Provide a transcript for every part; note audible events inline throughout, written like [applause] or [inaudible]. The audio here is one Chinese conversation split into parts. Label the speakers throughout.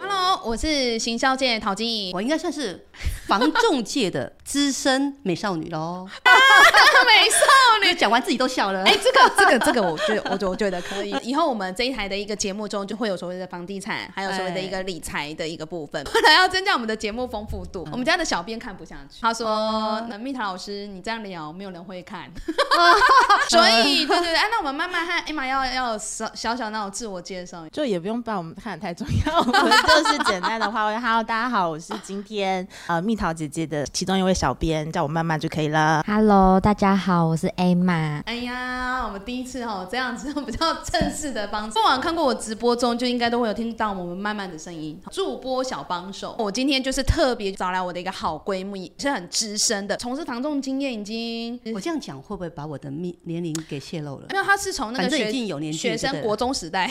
Speaker 1: Hello，我是行销界陶晶莹，
Speaker 2: 我应该算是防重界的资深美少女喽。
Speaker 1: 美少女。
Speaker 2: 讲完自己都笑了。
Speaker 1: 哎、这个这个这个，我觉得我觉我觉得可以。以后我们这一台的一个节目中，就会有所谓的房地产，还有所谓的一个理财的一个部分， [laughs] 为了要增加我们的节目丰富度。我们家的小编看不下去，他说：“那蜜桃老师，你这样聊，没有人会看。” [laughs] 所以对对对，哎、那我们慢慢和艾玛要要小小小那种自我介绍。
Speaker 3: 就也不用把我们看得太重要，我们就是简单的话。Hello，大家好，我是今天呃蜜桃姐姐的其中一位小编，叫我曼曼就可以了。
Speaker 4: Hello，大家好，我是 Emma。
Speaker 1: 哎呀，我们第一次哦，这样子比较正式的帮手。过往看过我直播中，就应该都会有听到我们慢慢的声音。助播小帮手，我今天就是特别找来我的一个好闺蜜，是很资深的，从事防重经验已经。
Speaker 2: [laughs] 我这样讲会不会把我的命年龄给泄露了
Speaker 1: 没？有，她是从那个
Speaker 2: 反正已
Speaker 1: 学
Speaker 2: 经有年纪
Speaker 1: 学
Speaker 2: 了，
Speaker 1: 生
Speaker 2: 对
Speaker 1: 国中时代，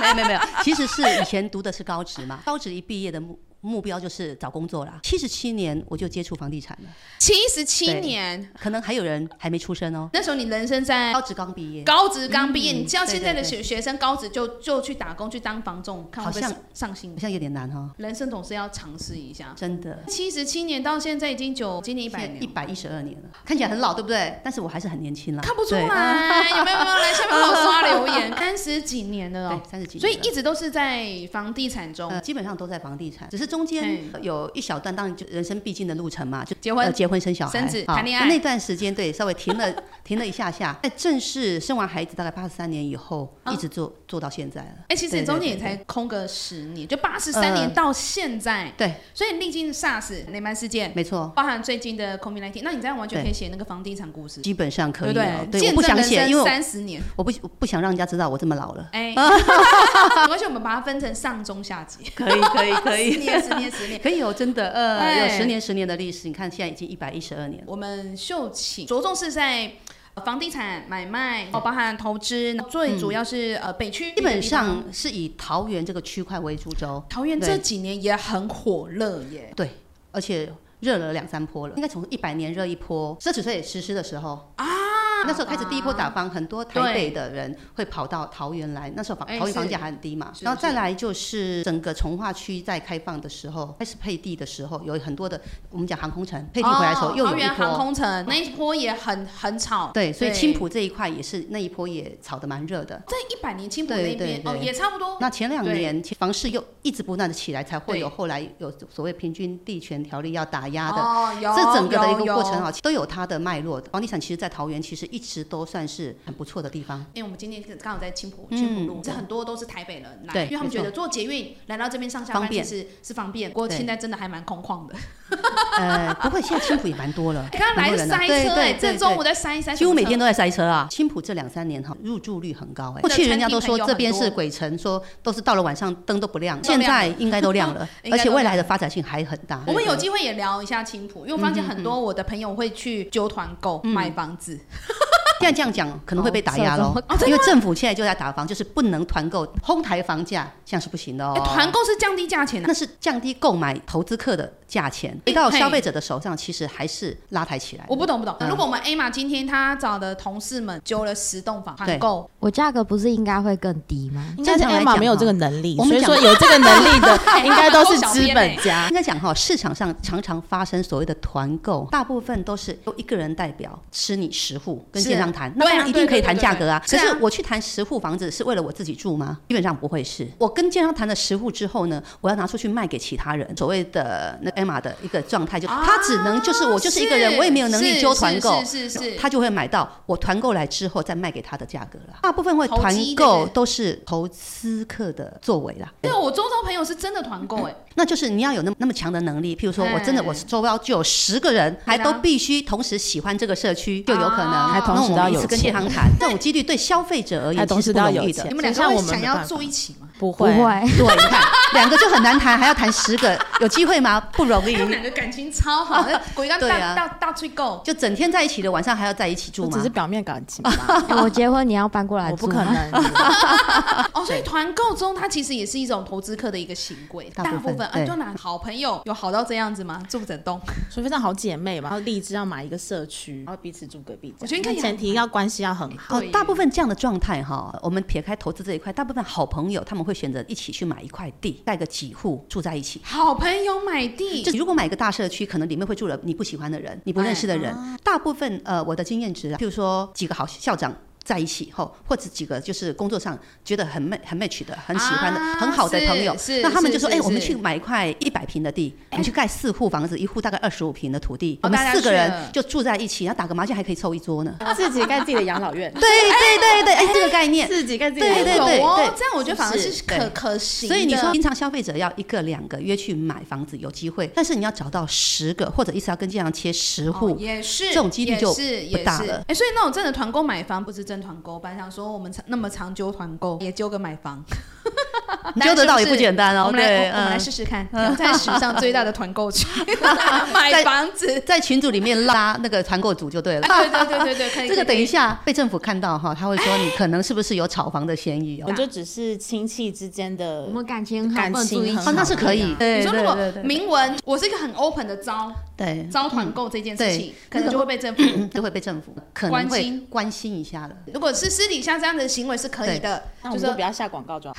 Speaker 2: 没有没有没有，啊其实是以前读的是高职嘛，高 [laughs] 职一毕业的目目标就是找工作啦。七十七年我就接触房地产了，
Speaker 1: 七十七
Speaker 2: 对
Speaker 1: 年，
Speaker 2: 可能还有人还没出生哦，
Speaker 1: 那时候你人生在
Speaker 2: 高职刚毕业。
Speaker 1: 高职刚毕业，你像
Speaker 2: 对
Speaker 1: 现在的
Speaker 2: 对对
Speaker 1: 学学生高职就就去打工去当房仲，看会不会
Speaker 2: 好
Speaker 1: 上
Speaker 2: 像
Speaker 1: 上心
Speaker 2: 好。像有点难哈，
Speaker 1: 人生总是要尝试一下。
Speaker 2: 真的，
Speaker 1: 七十七年到现在已经九，今年一百年了
Speaker 2: 一。百一十二年了，看起来很老，对不对？但是我还是很年轻啦，
Speaker 1: 看不出
Speaker 2: 对
Speaker 1: 来，有没有有没有
Speaker 2: [laughs]
Speaker 1: 来下面帮我刷留言？三十几年了哦
Speaker 2: 对，，三十几年了，
Speaker 1: 所以一直都是在房地产中
Speaker 2: 呃，基本上都在房地产，只是中间
Speaker 1: 嗯
Speaker 2: 有一小段，当然就人生必经的路程嘛，就
Speaker 1: 结婚
Speaker 2: 呃结婚、生小孩、
Speaker 1: 生子
Speaker 2: 好
Speaker 1: 谈恋爱
Speaker 2: 那段时间，对，稍微停了 [laughs] 停了一下下，在正式生完孩子大概八十三年以后，
Speaker 1: 啊
Speaker 2: 一直做做到现在了。
Speaker 1: 哎，其实你
Speaker 2: 对对
Speaker 1: 中间也
Speaker 2: 对
Speaker 1: 才空个十年，就八十三
Speaker 2: 呃
Speaker 1: 年到现在，
Speaker 2: 对，
Speaker 1: 所以历经 SARS 雷曼事件，
Speaker 2: 没错，
Speaker 1: 包含最近的 COVID 19，那你这样完全可以写那个房地产故事，
Speaker 2: 基本上
Speaker 1: 对
Speaker 2: 可以
Speaker 1: 不
Speaker 2: 了。
Speaker 1: 对？见
Speaker 2: 我不
Speaker 1: 证
Speaker 2: 想
Speaker 1: 人
Speaker 2: 写，因为
Speaker 1: 生
Speaker 2: 我
Speaker 1: 三十年，。
Speaker 2: 我不我不想让人家知道我这么老了 [laughs]
Speaker 1: 哎，没关系，我们把它分成上中下集，
Speaker 2: 可以，可以，可 [laughs]
Speaker 1: 十年、十年、十年。
Speaker 2: 可以哦，真的，
Speaker 1: 哎
Speaker 2: 呃，有十年十年的历史，你看现在已经一百一十二年了。
Speaker 1: 我们秀起着重是在呃房地产买卖，哦，包含投资，最主要是、呃北区，
Speaker 2: 嗯基本上是以桃园这个区块为主轴，
Speaker 1: 桃园
Speaker 2: 对
Speaker 1: 这几年也很火热耶。
Speaker 2: 对，而且热了两三波了，应该从一百年热一波，奢侈税实施的时候啊，那时候开始第一波打房，很多台北的人会跑到桃园来，那时候房
Speaker 1: 哎
Speaker 2: 桃园房
Speaker 1: 是
Speaker 2: 价还很低嘛，
Speaker 1: 是
Speaker 2: 然后再
Speaker 1: 是
Speaker 2: 来就是整个从化区在开放的时候，开始配地的时候，有很多的我们讲航空城配地回来的时候
Speaker 1: 哦
Speaker 2: 又
Speaker 1: 桃
Speaker 2: 有一
Speaker 1: 园航
Speaker 2: 波。
Speaker 1: 空城那一波也很很吵，
Speaker 2: 对，所以青浦这一块也是那一波也炒得蛮热的。
Speaker 1: 在一百年青浦那
Speaker 2: 对
Speaker 1: 边
Speaker 2: 对
Speaker 1: 哦
Speaker 2: 对
Speaker 1: 也差不多，
Speaker 2: 那前两
Speaker 1: 对
Speaker 2: 年其房市又一直不断的起来，才会有
Speaker 1: 对
Speaker 2: 后来有所谓平均地权条例要打压的
Speaker 1: 哦有
Speaker 2: 这整个的一
Speaker 1: 有
Speaker 2: 个
Speaker 1: 有
Speaker 2: 过程啊，都有它的脉络的。房地产其实，在桃园其实一直都算是很不错的地
Speaker 1: [laughs]
Speaker 2: 方。
Speaker 1: 因为我们今天刚好在青浦
Speaker 2: 嗯
Speaker 1: 青浦路，这很多都是台北人来，
Speaker 2: 对
Speaker 1: 因为他们
Speaker 2: 没错
Speaker 1: 觉得坐捷运来到这边上下班
Speaker 2: 方
Speaker 1: 其
Speaker 2: 便
Speaker 1: 实是方便。不过
Speaker 2: 对
Speaker 1: 现在真的还蛮空旷的，，
Speaker 2: 呃，不过现在青浦也蛮多了
Speaker 1: [laughs] 刚刚来
Speaker 2: 蛮多
Speaker 1: 塞
Speaker 2: 人
Speaker 1: 车
Speaker 2: 的
Speaker 1: 哎、
Speaker 2: 对对对
Speaker 1: 这中午在塞一塞，
Speaker 2: 对几乎每天都在塞车啊。青浦这两三年哈，入住率很高哎、过去人家都说这边是鬼城，说都是到了晚上灯都不亮，
Speaker 1: 都亮
Speaker 2: 现
Speaker 1: 了
Speaker 2: 在应该都亮了
Speaker 1: [laughs] ，应该都亮了
Speaker 2: 而且未来的发展性还很大。
Speaker 1: 我们有
Speaker 2: 对
Speaker 1: 机会也聊一下青浦，因为我发现很多我的朋友会去揪团购
Speaker 2: 嗯
Speaker 1: 买房子，
Speaker 2: 现在这样讲可能会被打压
Speaker 4: 哦
Speaker 2: 喽
Speaker 4: 这，
Speaker 2: 因为政府现在就在打房，就是不能团购哄抬房价，这样是不行的哦
Speaker 1: 哎。团购是降低价钱的、啊
Speaker 2: [laughs] 那是降低购买投资客的价钱，回到消费者的手上，其实还是拉抬起来。
Speaker 1: 我不懂不懂。
Speaker 2: 嗯
Speaker 1: 如果我们 A 玛今天他找的同事们揪了十栋房团购，
Speaker 4: 我价格不是应该会更低吗？
Speaker 3: 应该是
Speaker 2: 正常来
Speaker 3: Emma
Speaker 2: 讲
Speaker 3: 没有
Speaker 2: 哦
Speaker 3: 这个能力，
Speaker 2: 我
Speaker 3: 所
Speaker 2: 们
Speaker 3: 以
Speaker 2: 讲
Speaker 3: 说有这个能力
Speaker 1: [laughs]
Speaker 3: 的
Speaker 1: 哎
Speaker 3: 应该都是资
Speaker 1: 欸
Speaker 3: 本家。
Speaker 2: 应该讲哈，市场上常常发生所谓的团购，大部分都是由一个人代表吃你十户，跟
Speaker 1: 是
Speaker 2: 线上谈，
Speaker 1: 对
Speaker 2: 那
Speaker 1: 啊
Speaker 2: 当然一定可以谈价格啊。
Speaker 1: 对
Speaker 2: 可
Speaker 1: 对对对对
Speaker 2: 是我去谈十户房子是为了我自己住吗？基本上不会是。我跟建商谈了十户之后呢，我要拿出去卖给其他人。所谓的那 Emma 的一个状态，就
Speaker 1: 啊
Speaker 2: 他只能就是我就是一个人，我也没有能力揪团购，
Speaker 1: 是是是是是
Speaker 2: 他就会买到我团购来之后再卖给他的价格了。大部分会
Speaker 1: 投机
Speaker 2: 团
Speaker 1: 对不
Speaker 2: 购
Speaker 1: 对
Speaker 2: 都是投资客的作为啦。
Speaker 1: 对，我周遭朋友是真的团购哎、
Speaker 2: 那就是你要有那么那么强的能力，譬如说
Speaker 1: 哎
Speaker 2: 我真的我周遭就有十个人，还
Speaker 1: 对啊
Speaker 2: 都必须同时喜欢这个社区，就有可能。
Speaker 1: 啊还
Speaker 3: 同时
Speaker 2: 那我
Speaker 3: 都要
Speaker 2: 们一
Speaker 3: 有
Speaker 2: 次跟
Speaker 3: 钱
Speaker 2: 建行谈，这种几率对消费者而
Speaker 3: 还
Speaker 2: 言
Speaker 3: 同
Speaker 2: 其
Speaker 3: 时
Speaker 2: 实
Speaker 3: 都
Speaker 2: 不
Speaker 3: 要
Speaker 2: 容
Speaker 3: 有
Speaker 2: 易
Speaker 3: 钱
Speaker 2: 的。
Speaker 1: 你们两个
Speaker 3: 像
Speaker 1: 会
Speaker 3: 我们
Speaker 1: 想
Speaker 3: 没
Speaker 1: 要
Speaker 3: 办法
Speaker 1: 住一起
Speaker 2: 嗯
Speaker 1: 吗？
Speaker 3: 不
Speaker 4: 不
Speaker 3: 会，
Speaker 4: 会，啊 [laughs]
Speaker 2: 对，你 [laughs] 看两个就很难谈，还要谈十个，有机会吗？不容易 [laughs]
Speaker 1: 哎他。们两个感情超好，鬼刚
Speaker 2: 对
Speaker 1: 大
Speaker 2: 啊
Speaker 1: 大大吹够。
Speaker 2: 就整天在一起的，晚上还要在一起住
Speaker 3: 我
Speaker 2: 吗
Speaker 3: 只是？表面感情吧，
Speaker 4: 哎我结婚你要搬过来
Speaker 3: 我
Speaker 4: 住
Speaker 3: 不
Speaker 4: 吗，
Speaker 3: 可能。
Speaker 2: 啊
Speaker 1: 哦，所以团购中它其实也是一种投资客的一个行为，
Speaker 2: 大
Speaker 1: 大
Speaker 2: 部
Speaker 1: 部
Speaker 2: 分
Speaker 1: 分啊，
Speaker 2: 对
Speaker 1: 就拿好朋友有好到这样子吗？住整栋，
Speaker 3: 除非像好姐妹嘛，然后立志要买一个社区，然后彼此住隔壁这样。
Speaker 1: 我觉得应该
Speaker 3: 那
Speaker 1: 也
Speaker 3: 前提要关系要很好。
Speaker 2: 哦
Speaker 1: 对，
Speaker 2: 大部分这样的状态哈，我们撇开投资这一块，大部分好朋友他们会选择一起去买一块地，盖个几户住在一起。
Speaker 1: 好朋友买地
Speaker 2: 就，如果买一个大社区，可能里面会住了你不喜欢的人，你不认识的人。
Speaker 1: 啊
Speaker 2: 大部分呃，我的经验值啊，譬如说几个好校长。在一起后，或者几个就是工作上觉得很 match 很 match 的、很喜欢的、
Speaker 1: 啊
Speaker 2: 很好的朋友
Speaker 1: 是是，
Speaker 2: 那他们就说：“
Speaker 1: 是
Speaker 2: 哎、
Speaker 1: 是
Speaker 2: 我们
Speaker 1: 是
Speaker 2: 去买一块一百平的地，我们去盖四户房子，一户大概二十五平的土地，
Speaker 1: 哦
Speaker 2: 我们
Speaker 1: 大家
Speaker 2: 四个人
Speaker 1: 去了
Speaker 2: 就住在一起，然后打个麻将还可以凑一桌呢。，
Speaker 3: 自己盖自己的养老院
Speaker 2: 对对对对，哎、这个概念。
Speaker 3: [laughs] 自己盖自己的
Speaker 2: 对
Speaker 3: 养老
Speaker 2: 对
Speaker 3: 院
Speaker 1: 有哦
Speaker 2: 对，
Speaker 1: 这样我觉得反而是
Speaker 2: 是
Speaker 1: 可
Speaker 2: 对
Speaker 1: 可行的。哦
Speaker 2: 所以你说，平常消费者要一个两个约去买房子有机会，但是你要找到十个，或者一次要跟建行切十户，
Speaker 1: 哦也是
Speaker 2: 这种几率就
Speaker 1: 也是
Speaker 2: 不大
Speaker 1: 也是
Speaker 2: 了
Speaker 1: 哎，所以那种真的团购买房不是真团购，班上说我们常那么长揪团购，也揪个买
Speaker 2: [laughs]
Speaker 1: 房，啊
Speaker 2: 你揪得到也不简单
Speaker 1: 我
Speaker 2: 哦。
Speaker 1: 们
Speaker 2: 对，
Speaker 1: 来我我们来
Speaker 2: 嗯
Speaker 1: 试试看，挑战史上最大的团购
Speaker 2: [laughs]
Speaker 1: 群买
Speaker 2: 在
Speaker 1: 房子。
Speaker 2: 在群组里面拉那个团购组就对
Speaker 1: [laughs]
Speaker 2: 了。啊
Speaker 1: 哎对对对对对，可以。
Speaker 2: 这个
Speaker 1: 可
Speaker 2: 等
Speaker 1: 以
Speaker 2: 一下被政府看到哈，他会说你可能是不是有炒房的嫌疑
Speaker 3: 我
Speaker 2: 哦？
Speaker 3: 就只是亲戚之间的
Speaker 4: 我们感情很好，
Speaker 3: 感
Speaker 4: 不能
Speaker 3: 情
Speaker 4: 住一
Speaker 3: 很
Speaker 4: 起
Speaker 3: 好 [laughs]
Speaker 2: 哦，那是可以。
Speaker 1: 你
Speaker 2: 对
Speaker 1: 说如果
Speaker 2: 对对对
Speaker 1: 明文，我是一个很 open 的招
Speaker 2: 对
Speaker 1: 招团购这件事情
Speaker 2: 对，
Speaker 1: 可能就会被政府。
Speaker 2: 嗯就会被政府可能
Speaker 1: 关
Speaker 2: 会
Speaker 1: 心
Speaker 2: 关心
Speaker 1: [laughs]
Speaker 2: 一下了。
Speaker 1: 如果是私底下这样的行为是可以
Speaker 2: 嗯
Speaker 1: 的，
Speaker 3: 那我
Speaker 1: 就
Speaker 3: 们
Speaker 1: 是
Speaker 3: 就不要下广告就好。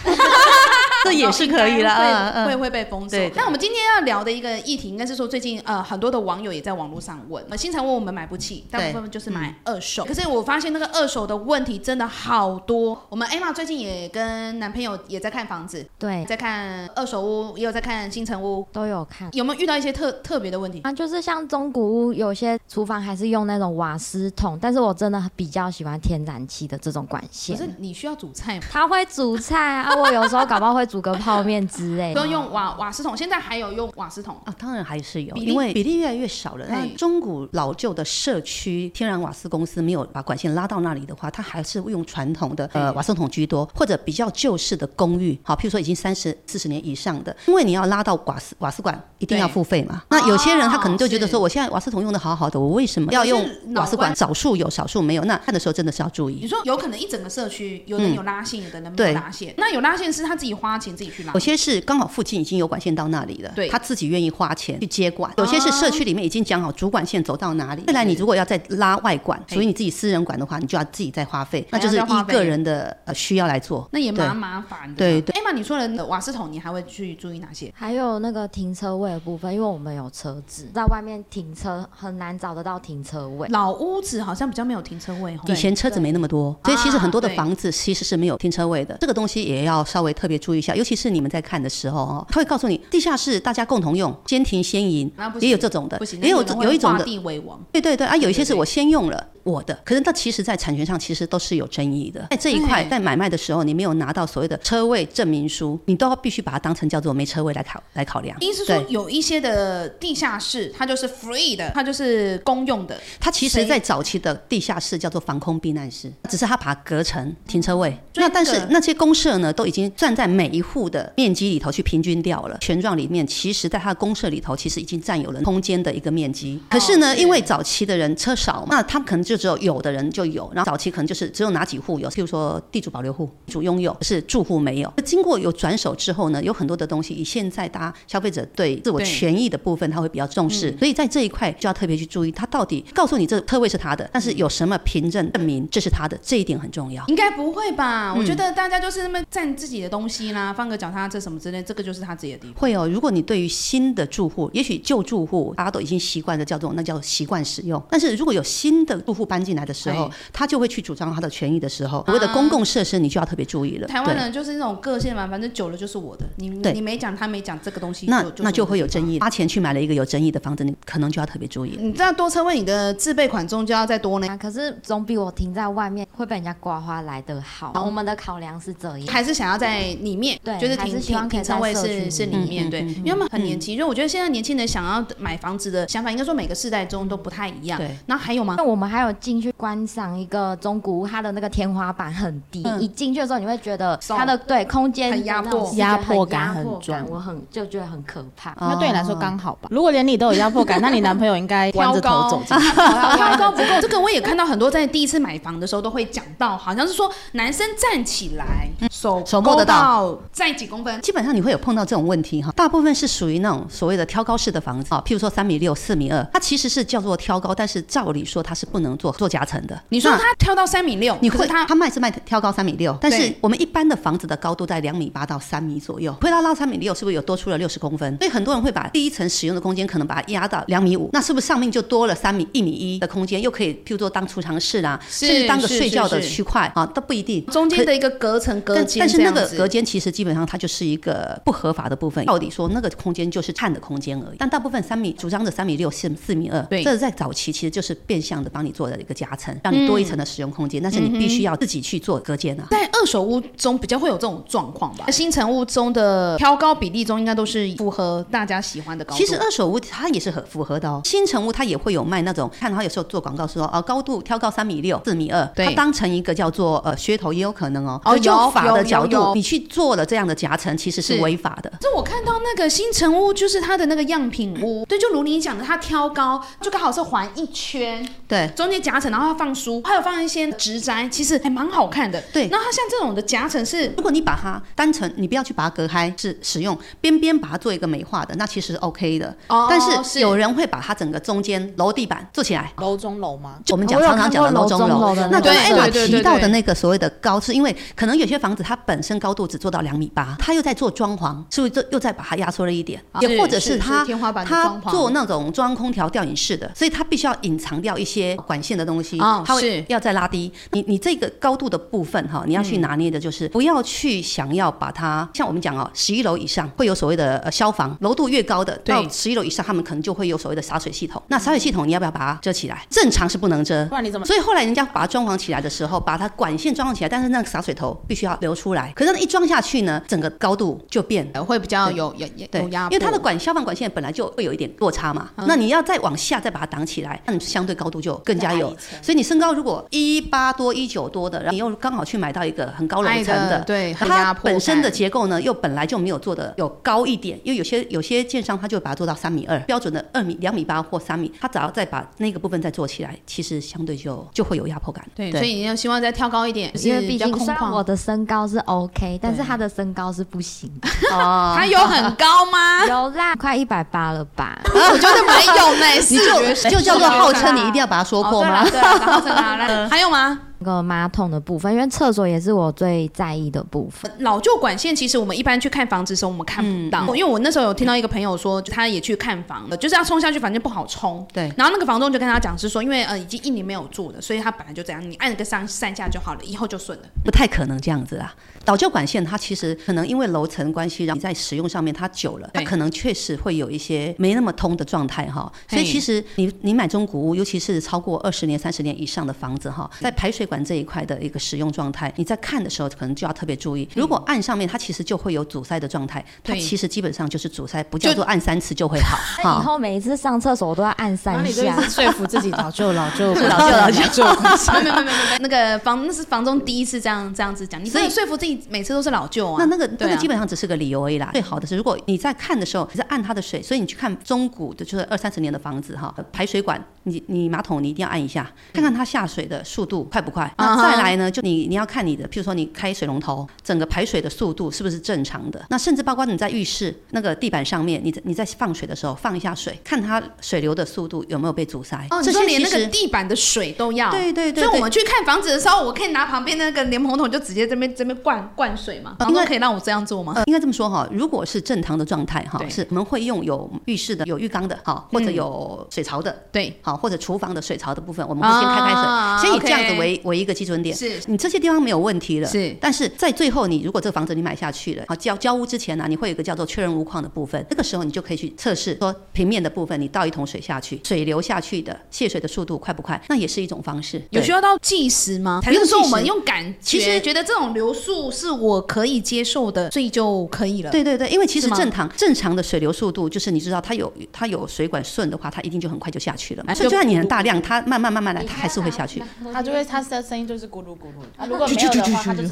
Speaker 2: 这也是可以啦
Speaker 1: 广告哦应该
Speaker 2: 嗯嗯
Speaker 1: 会会会被封锁
Speaker 2: 对。对
Speaker 1: 那我们今天要聊的一个议题，应该是说最近呃很多的网友也在网络上问，呃，经常问我们买不起，大
Speaker 2: 对
Speaker 1: 部分就是买
Speaker 2: 嗯
Speaker 1: 二手。可是我发现那个二手的问题真的好多。我们 Emma 最近也跟男朋友也在看房子，
Speaker 4: 对，
Speaker 1: 在看二手屋，也有在看新城屋，
Speaker 4: 都有看。
Speaker 1: 有没有遇到一些特特别的问题？
Speaker 4: 啊，就是像中古屋，有些厨房还是用那种瓦斯桶，但是我真的比较喜欢天然气的这种管
Speaker 1: 啊可
Speaker 4: 线。
Speaker 1: 是你需要煮菜吗？
Speaker 4: 他会煮菜啊，啊我有时候搞不好会煮个泡面之
Speaker 3: [laughs]
Speaker 4: 类
Speaker 1: 不
Speaker 4: 的。
Speaker 1: 用用瓦瓦斯桶，现在还有用瓦斯桶。
Speaker 2: 啊，当然还是有，
Speaker 1: 比例
Speaker 2: 因为比例越来越少了。那
Speaker 1: 哎
Speaker 2: 中古老旧的社区，天然瓦斯公司没有把管线拉到那里的话，它还是用传统的呃瓦斯桶居多，或者比较旧式的公寓，好，譬如说已经三十四十年以上的，因为你要拉到瓦斯瓦斯管，一定要
Speaker 1: 对
Speaker 2: 付费嘛。那有些人他可能就觉得
Speaker 1: 哦是
Speaker 2: 说，我现在瓦斯桶用的好好的，我为什么要用
Speaker 1: 可是脑
Speaker 2: 瓦斯管？少数有，少数没有，那看的时候真的是要注意
Speaker 1: 你。说有可能一整个社区有人有拉线，有的人没有
Speaker 2: 对
Speaker 1: 拉线。那有拉线是他自己花钱自己去拉
Speaker 2: 有，些是刚好附近已经有管线到那里了，
Speaker 1: 对哦
Speaker 2: 他自己愿意花钱去接管；有些是社区里面已经讲好主管线走到哪里，未来你如果要再拉外管，
Speaker 1: 嘿
Speaker 2: 属于你自己私人管的话，你就要自己再花费，
Speaker 1: 还
Speaker 2: 那
Speaker 1: 要
Speaker 2: 就是
Speaker 1: 再花
Speaker 2: 依
Speaker 1: 费
Speaker 2: 个人的呃需要来做。
Speaker 1: 那也蛮
Speaker 2: 对
Speaker 1: 麻烦的。
Speaker 2: 对
Speaker 1: 对。哎妈，你说了瓦斯桶，你还会去注意哪些？
Speaker 4: 还有那个停车位的部分，因为我们有车子，在外面停车很难找得到停车位。
Speaker 1: 老屋子好像比较没有停车位哦。
Speaker 2: 以前车子没那么多，所以其实很多的
Speaker 1: 啊对
Speaker 2: 房子其实是没有停车位的。这个东西也要稍微特别注意一下，尤其是你们在看的时候哦，他会告诉你地下室大家共同用，先停先赢
Speaker 1: 那啊不，行
Speaker 2: 也有这种的
Speaker 1: 不行，，
Speaker 2: 也有
Speaker 1: 那可能会
Speaker 2: 有一种
Speaker 1: 画
Speaker 2: 的
Speaker 1: 地为王。
Speaker 2: 对对对啊，有一些是
Speaker 1: 对对对
Speaker 2: 我先用了我的，可是那其实在产权上其实都是有争议的。在这一块，
Speaker 1: 对
Speaker 2: 在买卖的时候，你没有拿到所谓的车位证明书，你都要必须把它当成叫做没车位来考来考量。
Speaker 1: 意思是
Speaker 2: 对
Speaker 1: 说，有一些的地下室，它就是 free 的，它就是公用的。
Speaker 2: 它其
Speaker 1: 谁
Speaker 2: 实，在早期的地下室叫做防空避难室，只是它把它隔成停车位。
Speaker 1: 真的
Speaker 2: 那但是那些公社呢，都已经算在每一户的面积里头去平均掉了。权状里面，其实在它的
Speaker 1: 哦
Speaker 2: 公社里头，其实已经占有了空间的一个面积。可是呢，
Speaker 1: 是
Speaker 2: 因为早期的人车少嘛，那他们可能就就只有有的人就有，然后早期可能就是只有哪几户有，譬如说地主保留户主拥有，是住户没有。经过有转手之后呢，有很多的东西，以现在大家消费者对自我
Speaker 1: 对
Speaker 2: 权益的部分，他会比较重视，所以在这一块就要特别去注意，他到底告诉你这特位是他的，但是有什么凭证证明这是他的，这一点很重要。
Speaker 1: 应该不会
Speaker 2: 嗯
Speaker 1: 吧？我觉得大家就是那么占自己的东西啦，放个脚踏车什么之类，这个就是他自己的地方。
Speaker 2: 会哦，如果你对于新的住户，也许旧住户大家都已经习惯的叫做那叫习惯使用，但是如果有新的住户搬进来的时候
Speaker 1: 哎，
Speaker 2: 他就会去主张他的权益的时候，所谓的公共设施你就要特别注意了。
Speaker 1: 啊台湾
Speaker 2: 对
Speaker 1: 人就是那种个性嘛，反正久了就是我的，你
Speaker 2: 对
Speaker 1: 你没讲，他没讲，这个东西
Speaker 2: 那
Speaker 1: 就嗯
Speaker 2: 那就会有争
Speaker 1: 议。
Speaker 2: 议，花钱去买了一个有争议的房子，你可能就要特别注意了。
Speaker 1: 你这样多车位，你的自备款中就要再多呢，
Speaker 4: 啊，可是总比我停在外面会被人家刮花来的好。我们的考量是这样，
Speaker 1: 哦还是想要在里面，
Speaker 4: 对
Speaker 1: 就是
Speaker 4: 还
Speaker 1: 停
Speaker 4: 是希望
Speaker 1: 停
Speaker 4: 可以
Speaker 1: 停车位
Speaker 4: 在社
Speaker 1: 是
Speaker 4: 区
Speaker 1: 是
Speaker 4: 里
Speaker 1: 里面，
Speaker 2: 嗯
Speaker 1: 对，
Speaker 2: 嗯嗯
Speaker 1: 因为我们很年轻，因为我觉得现在年轻人想要买房子的想法，应该说每个世代中都不太一样。
Speaker 2: 对，
Speaker 1: 然后还
Speaker 2: [laughs]
Speaker 1: 有吗？
Speaker 4: 那我们还有进去观赏一个中古屋，它的那个天花板很低，
Speaker 1: 嗯
Speaker 4: 一进去的时候你会觉得
Speaker 1: 松
Speaker 4: 它的对空间
Speaker 1: 很压
Speaker 4: 的那种
Speaker 1: 迫
Speaker 4: 视觉
Speaker 3: 压
Speaker 4: 很
Speaker 3: 迫
Speaker 4: 压
Speaker 3: 感很
Speaker 4: 迫
Speaker 3: 重
Speaker 4: 我很就觉得很可怕。
Speaker 1: 哦
Speaker 3: 那对你来说刚好吧？如果连你都有压迫感，那你男朋友应该弯着头走进去。
Speaker 1: [laughs] 挑高不够，这个我也看到很多在第一次买房的时候都会讲到，好像是说男生站起来，
Speaker 4: 嗯
Speaker 1: 手
Speaker 2: 手摸得
Speaker 1: 到，站几公分，
Speaker 2: 基本上你会有碰到这种问题哈，大部分是属于那种所谓的挑高式的房子啊，譬如说三米六、四米二，它其实是叫做挑高，但是照理说它是不能做做夹层的。
Speaker 1: 你说
Speaker 2: 那
Speaker 1: 他跳到三米六，
Speaker 2: 你
Speaker 1: 可
Speaker 2: 会
Speaker 1: 是他
Speaker 2: 他卖是卖挑高三米六，但是
Speaker 1: 对
Speaker 2: 我们一般的房子的高度在两米八到三米左右，回到到三米六是不是有多出了六十公分？所以很多人会把第一层使用的空间可能把它压到两米五，那是不是上面就多了三米一米一的空间，又可以譬如说当储藏室啦、
Speaker 1: 是
Speaker 2: 甚至当个
Speaker 1: 是
Speaker 2: 睡觉的
Speaker 1: 是是
Speaker 2: 区块啊，都不一定。
Speaker 1: 中间
Speaker 2: 可
Speaker 1: 的一个隔层隔
Speaker 2: 但
Speaker 1: 间，
Speaker 2: 但是那个
Speaker 1: 这样子
Speaker 2: 隔间其实基本上它就是一个不合法的部分。照理说，那个空间就是碳的空间而已。但大部分三米主张的三米六、四四米二，
Speaker 1: 对
Speaker 2: 这在早期其实就是变相的帮你做的一个夹层，让你
Speaker 1: 嗯
Speaker 2: 多一层的使用空间。但是你必须要自己去做隔间啊。
Speaker 1: 在二手屋中比较会有这种状况吧，新城屋中的挑高比例中应该都是符合大家喜欢的高度。
Speaker 2: 其实二手屋它也是很符合的哦，新城屋它也会有卖那种，看它有时候做广告说哦，高度挑高三米六、四米二，
Speaker 1: 对
Speaker 2: 它当成一个叫做呃噱头也有可能哦。
Speaker 1: 哦
Speaker 2: 可就
Speaker 1: 有
Speaker 2: 法
Speaker 1: 有有
Speaker 2: 的角
Speaker 1: 有
Speaker 2: 度，你去做了这样的夹层，其实是
Speaker 1: 是
Speaker 2: 违法的。
Speaker 1: 这我看到那个新城屋，就是它的那个样品
Speaker 2: 嗯
Speaker 1: 屋，对，就如你讲的，它挑高就刚好是环一圈，
Speaker 2: 对，
Speaker 1: 中间夹层，然后它放书，还有放一些植栽，其实还蛮好看的。
Speaker 2: 对
Speaker 1: 然后它像这种的夹层是
Speaker 2: 如果你把它单层，你不要去把它隔开是使用，边边把它做一个美化的，那其实是 OK 的。
Speaker 1: 哦
Speaker 2: 但
Speaker 1: 是
Speaker 2: 是有人会把它整个中间楼地板做起来。
Speaker 3: 楼中楼吗？
Speaker 2: 就我们讲
Speaker 4: 我有
Speaker 2: 常常讲的
Speaker 4: 看过
Speaker 2: 楼中
Speaker 4: 楼中
Speaker 2: 楼
Speaker 4: 楼的，
Speaker 1: 那
Speaker 2: 那刚
Speaker 1: 个
Speaker 2: 才我
Speaker 1: 对对对
Speaker 2: 提到的
Speaker 1: 对
Speaker 2: 那个所谓的高，是因为可能有些房子它本身高度只做到两米八，它又在做装潢，是不是就又再把它压缩了一点？
Speaker 1: 是
Speaker 2: 也或者
Speaker 1: 啊是
Speaker 2: 是它
Speaker 1: 是天花板的
Speaker 2: 它
Speaker 1: 装潢
Speaker 2: 做那种中央空调吊顶式的，所以它必须要隐藏掉一些管线的东西，
Speaker 1: 哦
Speaker 2: 它
Speaker 1: 是嗯
Speaker 2: 会要再拉低。你你这个高度的部分哈，你要去拿捏的就是不要去想要把它像我们讲哦，十一楼以上会有所谓的呃消防，楼度越高的
Speaker 1: 对
Speaker 2: 到十一楼以上，他们可能就会有所谓的洒水系统。那洒水系统你要不要把它遮起来？正常是不能遮
Speaker 3: 不，然你怎么？
Speaker 2: 所以后来人家把它装潢起来的时候，把它管线装潢起来，但是那个洒水头必须要流出来。可是那一装下去呢，整个高度就变了。
Speaker 1: 呃会比较有有
Speaker 2: 对，
Speaker 1: 有压
Speaker 2: 因
Speaker 1: 迫，嗯
Speaker 2: 为它的管消防管线本来就会有一点落差嘛，那你要再往下再把它挡起来，那你相对高度就更加
Speaker 3: 再矮
Speaker 2: 有
Speaker 3: 一层。
Speaker 2: 所以你身高如果一八多一九多的，然后你又刚好去买到一个很高楼
Speaker 1: 矮
Speaker 2: 层
Speaker 1: 的
Speaker 2: 的，
Speaker 1: 对很压
Speaker 2: 它
Speaker 1: 迫
Speaker 2: 本身的
Speaker 1: 感
Speaker 2: 结构呢又本来就没有做的有高一点，因为有些有些建商他就把它做到三米二，标准的二米两米八或三米，他只要再把那个部分再做起来，其实相对就就会有压迫感。
Speaker 1: 对，所以你要希望再挑高一点，
Speaker 4: 因为
Speaker 1: 是
Speaker 4: 毕
Speaker 1: 比较
Speaker 4: 竟
Speaker 1: 空
Speaker 4: 虽然
Speaker 1: 旷。
Speaker 4: 我的身高是 OK，但是他的身高是不行的。
Speaker 2: 哦，
Speaker 1: 它有很高吗？
Speaker 2: [laughs]
Speaker 4: 有啦，快一百八了吧？
Speaker 1: 我觉得没有呢，
Speaker 2: 你就就叫做号称你一定要把它说
Speaker 1: 哦
Speaker 2: 破吗？嗯
Speaker 1: 对啦对啦号称啊，
Speaker 2: [laughs]
Speaker 1: 来还有吗？
Speaker 4: 那个马桶的部分，因为厕所也是我最在意的部分。
Speaker 1: 老旧管线其实我们一般去看房子的时候，我们看不到，因为我那时候有听到一个朋友说，他也去看房了，就是要冲下去，反正不好冲。
Speaker 2: 对
Speaker 1: 然后那个房东就跟他讲是说，因为呃已经一年没有住了，所以他本来就这样，你按个上上下就好了，以后就顺 [laughs] 了。
Speaker 2: 不太可能这样子啦。导旧管线它其实可能因为楼层关系，让你在使用上面它久了，它
Speaker 1: 对
Speaker 2: 可能确实会有一些没那么通的状态哈。
Speaker 1: 嘿
Speaker 2: 所以其实你你买中古屋，尤其是超过二十年、三十年以上的房子哈，在排水管。管这一块的一个使用状态，你在看的时候可能就要特别注意。如果按上面它其实就会有阻塞的状态，它
Speaker 1: 对
Speaker 2: 其实基本上就是阻塞，不叫做按三次就会好。
Speaker 4: 那以后每一次上厕所我都要按
Speaker 3: 然后
Speaker 4: 三
Speaker 3: 你就一
Speaker 4: 下
Speaker 3: 直。说服自己老舅老舅老
Speaker 2: 舅
Speaker 1: [laughs]
Speaker 2: 老
Speaker 3: 舅老舅，
Speaker 1: 没有没有没有没有，那个房那是房东第一次这样这样子讲，你不能说服自己每次都是老舅啊。
Speaker 2: 那那个
Speaker 1: 对
Speaker 2: 那
Speaker 1: 啊
Speaker 2: 个基本上只是个理由而已啦。最好的是，如果你在看的时候你在按它的水，所以你去看中古的，就是二三十年的房子哈，排水管，你你马桶你一定要按一下，
Speaker 1: 嗯
Speaker 2: 看看它下水的速度快不快。
Speaker 1: 啊
Speaker 2: 那
Speaker 1: 哈
Speaker 2: 再来呢，就你你要看你的，譬如说你开水龙头，整个排水的速度是不是正常的？那甚至包括你在浴室那个地板上面，你在你在放水的时候放一下水，看它水流的速度有没有被阻塞。
Speaker 1: 哦，你
Speaker 2: 这
Speaker 1: 说
Speaker 2: 些
Speaker 1: 连
Speaker 2: 其
Speaker 1: 那个
Speaker 2: 实。
Speaker 1: 地板的水都要。
Speaker 2: 对对
Speaker 1: 所
Speaker 2: 对
Speaker 1: 以我
Speaker 2: 对
Speaker 1: 们去看房子的时候，我可以拿旁边那个莲蓬头就直接这边这边灌灌水嘛。
Speaker 2: 呃
Speaker 1: 房东
Speaker 2: 因为
Speaker 1: 可以让我这样做吗？
Speaker 2: 呃，应该这么说哈，如果是正常的状态哈
Speaker 1: 哦对，嗯
Speaker 2: 是我们会用有浴室的、有浴缸的哈，或者有水槽的，
Speaker 1: 对，
Speaker 2: 好，或者厨房的水槽的部分，我们会先开开水，
Speaker 1: 啊
Speaker 2: 先以这样
Speaker 1: OK
Speaker 2: 子为为一个基准点。
Speaker 1: 是
Speaker 2: 你这些地方没有问题了，
Speaker 1: 是
Speaker 2: 但是在最后，你如果这个房子你买下去了，好交交屋之前呢、你会有一个叫做确认屋况的部分，那个时候你就可以去测试说平面的部分，你倒一桶水下去，水流下去的泄水的速度快不快，那也是一种方式。
Speaker 1: 有
Speaker 2: 对
Speaker 1: 需要到计时吗？还
Speaker 2: 不用
Speaker 1: 是说
Speaker 2: 计
Speaker 1: 我们
Speaker 2: 时
Speaker 1: 用感觉，
Speaker 2: 其实
Speaker 1: 觉得这种流速是我可以接受的，所以就可以了。
Speaker 2: 对对对，因为其
Speaker 1: 是
Speaker 2: 实
Speaker 1: 吗
Speaker 2: 正常正常的水流速度，就是你知道它有它有水管顺的话，它一定就很快就下去了嘛。
Speaker 1: 哎
Speaker 2: 所以
Speaker 1: 就
Speaker 2: 就算你很大量，它慢慢慢慢来，它还是会下去。
Speaker 3: 他就会他的声音就是咕噜咕噜，啊如果没有的话，他就是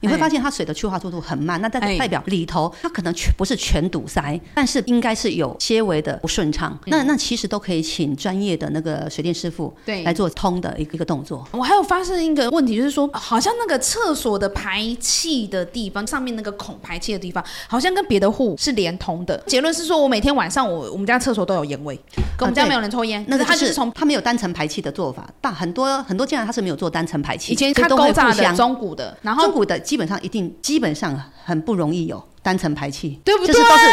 Speaker 2: 你会发现它水的去化速度很慢，那代
Speaker 1: 哎
Speaker 2: 代表里头它可能全不是全堵塞，但是应该是有些微的不顺畅。
Speaker 1: 嗯
Speaker 2: 那那其实都可以请专业的那个水电师傅
Speaker 1: 对
Speaker 2: 来做通的一个一个动作。
Speaker 1: 我还有发现一个问题，就是说，好像那个厕所的排气的地方，上面那个孔排气的地方，好像跟别的户是连通的。结论是说，我每天晚上我我们家厕所都有烟味，可我们
Speaker 2: 啊对
Speaker 1: 家没有人抽烟，
Speaker 2: 那个
Speaker 1: 可是他就是从
Speaker 2: 它没有单层排气的做法，但很多很多建案它是没有做单层排气，
Speaker 1: 以前
Speaker 2: 所以
Speaker 1: 他
Speaker 2: 都会
Speaker 1: 勾
Speaker 2: 互
Speaker 1: 炸的、
Speaker 2: 相
Speaker 1: 中古的，然后
Speaker 2: 中古的基本上一定基本上很不容易有单层排气，
Speaker 1: 对不对？
Speaker 2: 就是都是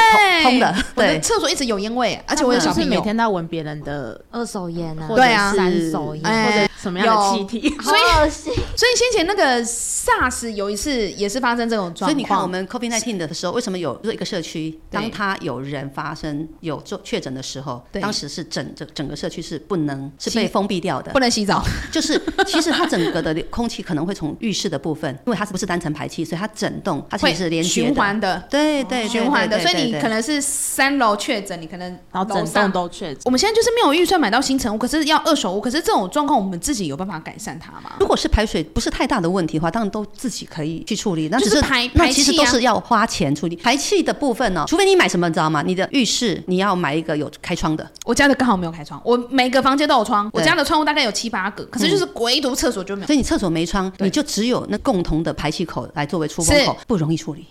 Speaker 2: 通通的，
Speaker 1: 我的
Speaker 2: 对。嗯
Speaker 1: 厕所一直有烟味，而且我有小
Speaker 3: 是
Speaker 1: 朋
Speaker 3: 每
Speaker 1: 友。
Speaker 3: 天都要闻别人的
Speaker 4: 二手烟 [laughs] 啊，
Speaker 3: 或者
Speaker 1: 对啊
Speaker 3: 是
Speaker 4: 三手烟，
Speaker 1: 哎
Speaker 3: 或者什么样的气体，
Speaker 4: 好恶心。 [laughs]
Speaker 1: 所以先前那个 SARS 有一次也是发生这种状况。
Speaker 2: 所以你看，我们 COVID 1 9的时候，为什么有就是一个社区，
Speaker 1: 对
Speaker 2: 当它有人发生有做确诊的时候，
Speaker 1: 对
Speaker 2: 当时是整整整个社区是不能是
Speaker 1: 是
Speaker 2: 被封闭
Speaker 1: [laughs]
Speaker 2: 掉的
Speaker 1: 不，能洗澡，
Speaker 2: 就是其实它整个的空气可能会从浴室的部分，因为它不是单层排气，所以它整栋它其
Speaker 1: 会
Speaker 2: 实是连接
Speaker 1: 循
Speaker 2: 的，
Speaker 1: 环的。
Speaker 2: 对对对
Speaker 1: 循环的，
Speaker 2: 对
Speaker 1: 所
Speaker 2: 对
Speaker 1: 以你
Speaker 2: 对
Speaker 1: 可能是三楼确诊，你可能
Speaker 3: 然后
Speaker 1: 楼
Speaker 3: 整栋
Speaker 1: 上。
Speaker 3: 都确诊。
Speaker 1: 我们现在就是没有预算买到新城屋，可是要二手屋，可是这种状况我们自己有办法改善它吗？
Speaker 2: 如果是排水不是太大的问题的话，当然都自己可以去处理。那
Speaker 1: 就
Speaker 2: 只
Speaker 1: 是
Speaker 2: 是
Speaker 1: 排
Speaker 2: 那
Speaker 1: 排
Speaker 2: 其实
Speaker 1: 气
Speaker 2: 都
Speaker 1: 啊
Speaker 2: 是要花钱处理排气的部分呢、哦除非你买什么，你知道吗？你的浴室你要买一个有开窗的，
Speaker 1: 我家的刚好没有开窗，我每个房间都有窗，我
Speaker 2: 对嗯
Speaker 1: 家的窗户大概有七八个，可是就是唯独厕所就没
Speaker 2: [laughs]
Speaker 1: 有。
Speaker 2: 所以你厕所没窗，
Speaker 1: 对
Speaker 2: 你就只有那共同的排气口来作为出风口，不容易处理。